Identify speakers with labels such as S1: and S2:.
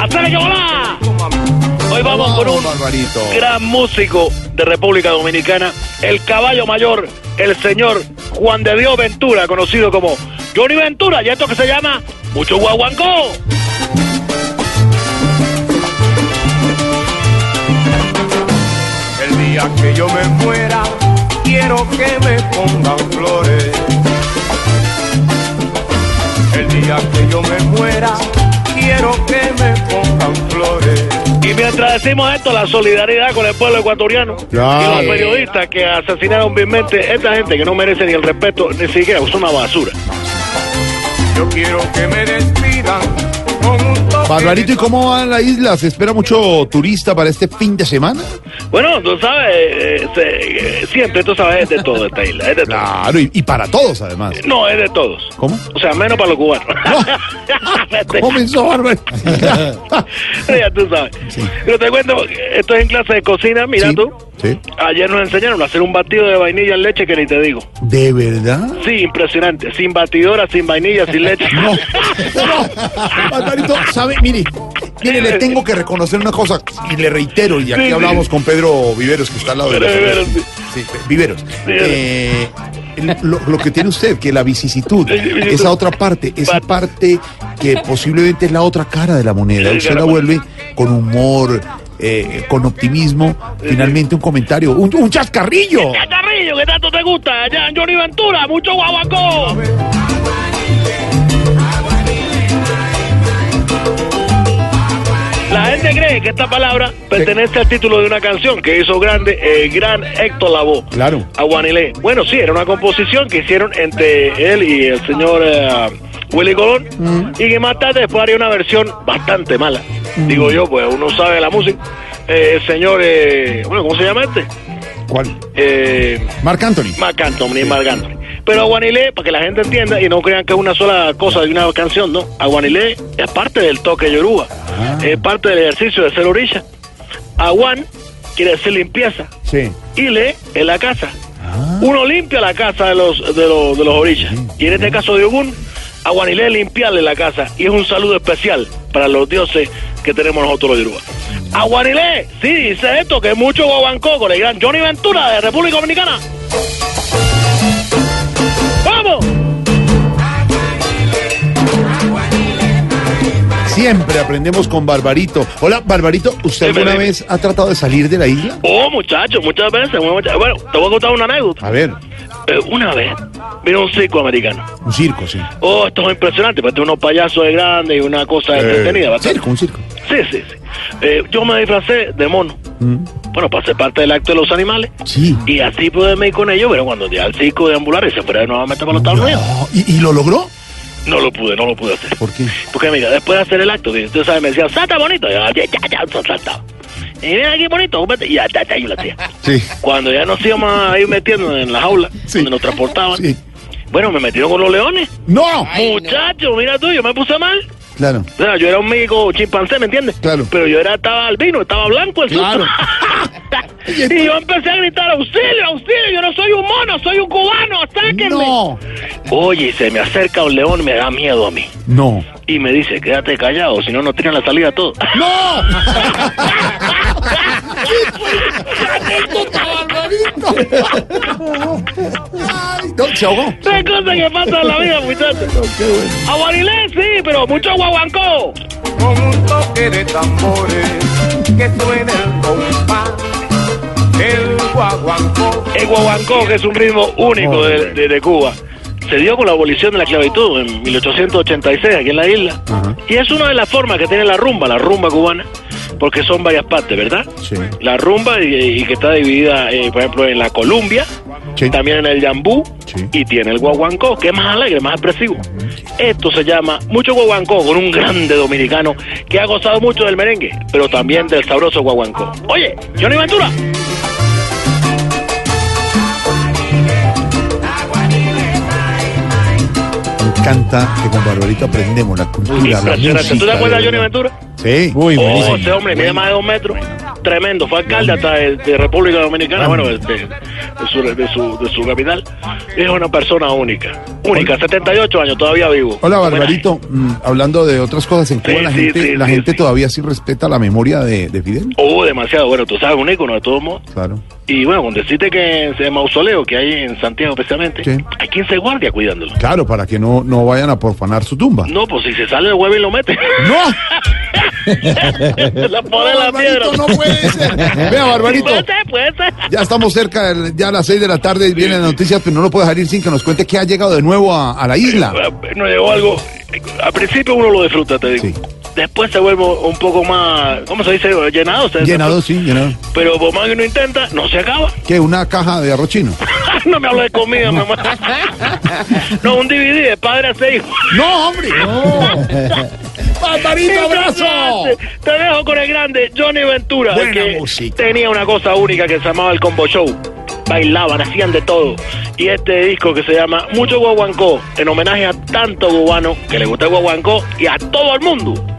S1: ¡Hacele que volá! Hoy vamos con un
S2: Barbarito.
S1: gran músico de República Dominicana, el caballo mayor, el señor Juan de Dios Ventura, conocido como Johnny Ventura, y esto que se llama Mucho Guaguancó.
S3: El día que yo me muera, quiero que me pongan flores. El día que yo me muera, quiero que me pongan flores.
S1: Y mientras decimos esto, la solidaridad con el pueblo ecuatoriano
S2: Claro.
S1: y los periodistas que asesinaron vilmente esta gente que no merece ni el respeto, ni siquiera, es una basura.
S3: Yo quiero que me despidan con un toque.
S2: Barbarito,
S3: de
S2: ¿y cómo va la isla? ¿Se espera mucho turista para este fin de semana?
S1: Bueno, tú sabes, eh, se- eh, siempre tú sabes, es de todo esta isla, es de todo.
S2: Claro, y, y para todos además.
S1: No, es de todos.
S2: ¿Cómo?
S1: O sea, menos para los cubanos.
S2: Comenzó Barbarito.
S1: ya tú sabes. Pero te cuento, esto es en clase de cocina, mira
S2: Sí,
S1: tú.
S2: sí.
S1: Ayer nos enseñaron a hacer un batido de vainilla en leche que ni te digo.
S2: ¿De verdad?
S1: Sí, impresionante. Sin batidora, sin vainilla, sin leche.
S2: No, no. Barbarito, ¿sabe? Mire, mire, le tengo que reconocer una cosa y le reitero, y aquí
S1: Sí, sí.
S2: hablamos con Pedro Viveros, que está al lado de la
S1: Pedro
S2: señora.
S1: Viveros,
S2: Sí, Viveros. Eh, lo, lo que tiene usted, que la vicisitud, esa otra parte, esa parte que posiblemente es la otra cara de la moneda, usted la vuelve con humor, eh, con optimismo, finalmente un comentario, un, un chascarrillo.
S1: Catarrillo, que tanto te gusta. Allá en Johnny Ventura, mucho guaguacó. La gente cree que esta palabra pertenece al título de una canción que hizo grande el gran Héctor Lavoe.
S2: Claro.
S1: A Guanilé. Bueno, sí, era una composición que hicieron entre él y el señor eh, Willy Colón. Y que más tarde después haría una versión bastante mala. Digo yo, pues uno sabe la música. Eh, el señor, eh, bueno, ¿cómo se llama este?
S2: ¿Cuál?
S1: Eh,
S2: Marc Anthony.
S1: Marc Anthony, Marc Anthony. Pero Aguanilé, para que la gente entienda y no crean que es una sola cosa de una canción, ¿no? Aguanilé es parte del toque yoruba, es parte del ejercicio de ser orilla. Aguan quiere decir limpieza
S2: Sí.
S1: y le es la casa. Uno limpia la casa de los, de los, de los orillas. Y en este caso de Ogun, Aguanilé es limpiarle la casa y es un saludo especial para los dioses que tenemos nosotros los yoruba. Aguanilé, sí, dice esto, que es mucho guaguancó con el gran Johnny Ventura de República Dominicana. ¡Vamos!
S2: Siempre aprendemos con Barbarito. Hola, Barbarito, ¿usted
S1: Dime,
S2: alguna
S1: dime.
S2: vez ha tratado de salir de la isla?
S1: Oh, muchachos, muchas veces. Bueno, mucha- bueno, te voy a contar una anécdota.
S2: A ver,
S1: Eh, una vez, vino un circo americano.
S2: un circo, sí.
S1: Oh, esto es impresionante, porque unos payasos de grande y una cosa entretenida.
S2: un
S1: bastante.
S2: Eh, circo, un circo.
S1: Sí, sí, sí. Eh, yo me disfracé de mono. Bueno, para ser parte del acto de los animales.
S2: Mm, Sí.
S1: Y así pude ir con ellos, pero cuando llegué al circo de ambular y se fuera nuevamente para los Estados Unidos,
S2: No, ¿Y, y lo logró?
S1: no lo pude, no lo pude hacer.
S2: ¿Por qué?
S1: Porque mira, después de hacer el acto, que usted sabe, me decían, salta bonito. Y yo, ya, ya, ya, yo saltaba. Y ven aquí bonito, vete". y ya, ya, ya, yo lo hacía.
S2: Sí.
S1: Cuando ya nos íbamos a ir metiendo en la jaula,
S2: Sí.
S1: donde nos transportaban,
S2: Sí.
S1: bueno, me metieron con los leones.
S2: ¡No!
S1: Muchacho, mira tú, yo me puse mal.
S2: Claro.
S1: O sea, yo era un mico chimpancé, ¿me entiendes?
S2: Claro.
S1: Pero yo era, estaba albino, estaba blanco el susto.
S2: Claro.
S1: y yo empecé a gritar, auxilio, auxilio, yo no soy un mono, soy un cubano, sáquenme.
S2: No.
S1: Oye, se me acerca un león, me da miedo a mí.
S2: No.
S1: Y me dice, quédate callado, si no nos tiran la salida a todos.
S2: ¡No! Ay, no, se ahogó.
S1: Tres cosas que pasan en la vida, muchachos. Aguarilé, sí, pero mucho guaguancó.
S3: con un toque de tambores que suene el compás, el guaguancó.
S1: El guaguancó, que es un ritmo único de, de- de Cuba, se dio con la abolición de la esclavitud en 1886 aquí en la isla.
S2: Ajá.
S1: Y es una de las formas que tiene la rumba, la rumba cubana, porque son varias partes, ¿verdad?
S2: Sí.
S1: La rumba y, y que está dividida, eh, por ejemplo, en la Columbia,
S2: Sí.
S1: también en el yambú
S2: Sí.
S1: y tiene el guaguancó, que es más alegre, más expresivo. Esto se llama mucho guaguancó con un grande dominicano que ha gozado mucho del merengue, pero también del sabroso guaguancó. Oye, Johnny Ventura.
S2: Me encanta que con Barbarito aprendemos la cultura, la
S1: Impresionante.
S2: música.
S1: ¿Tú te acuerdas de
S2: de
S1: Johnny
S2: verdad.
S1: Ventura?
S2: Sí.
S4: Uy,
S1: Oh,
S4: buenísimo.
S1: ese hombre mide más de dos metros. tremendo, fue alcalde hasta de, de República Dominicana, bueno, de, de- de su, de, su, de su capital. Es una persona única, única, 78 años, todavía vivo.
S2: Hola,
S1: Homenaje.
S2: Barbarito. Mm, hablando de otras cosas, en Cuba
S1: Sí,
S2: la
S1: sí,
S2: gente,
S1: sí,
S2: la
S1: sí,
S2: gente
S1: sí.
S2: todavía sí respeta la memoria de, de Fidel.
S1: Oh, demasiado, bueno, tú sabes, un ícono de todos modos.
S2: Claro.
S1: Y bueno, con decirte que en el mausoleo que hay en Santiago precisamente,
S2: Sí.
S1: hay 15 guardias cuidándolo.
S2: Claro, para que no, no vayan a profanar su tumba.
S1: No, pues si se sale el huevo y lo mete.
S2: ¡No!
S1: la pone en la piedra. Pues, eh.
S2: Barbarito, no puede ser. Vea, Barbarito.
S1: Puede ser, puede ser.
S2: Ya estamos cerca, del- ya a las 6 de la tarde y vienen las noticias, pero no lo puedo dejar ir sin que nos cuente que ha llegado de nuevo a, a la isla.
S1: Nos Ah, llegó algo. Al principio uno lo disfruta, te digo.
S2: Sí.
S1: Después se vuelve un poco más, ¿cómo se dice? Llenado. se-
S2: Llenado, sí, llenado.
S1: Pero por más que uno intenta, no se acaba.
S2: ¿Qué? ¿Una caja de arroz chino?
S1: no me hablo de comida, mamá. no, un DVD de padre a seis.
S2: ¡No, hombre! ¡Barbarito, abrazo!
S1: Te dejo con el grande Johnny Ventura,
S2: Buena
S1: que
S2: música.
S1: tenía una cosa única que se llamaba el combo show. Bailaban, hacían de todo. Y este disco que se llama Mucho Guaguancó, en homenaje a tanto cubano que le gusta el guaguancó y a todo el mundo.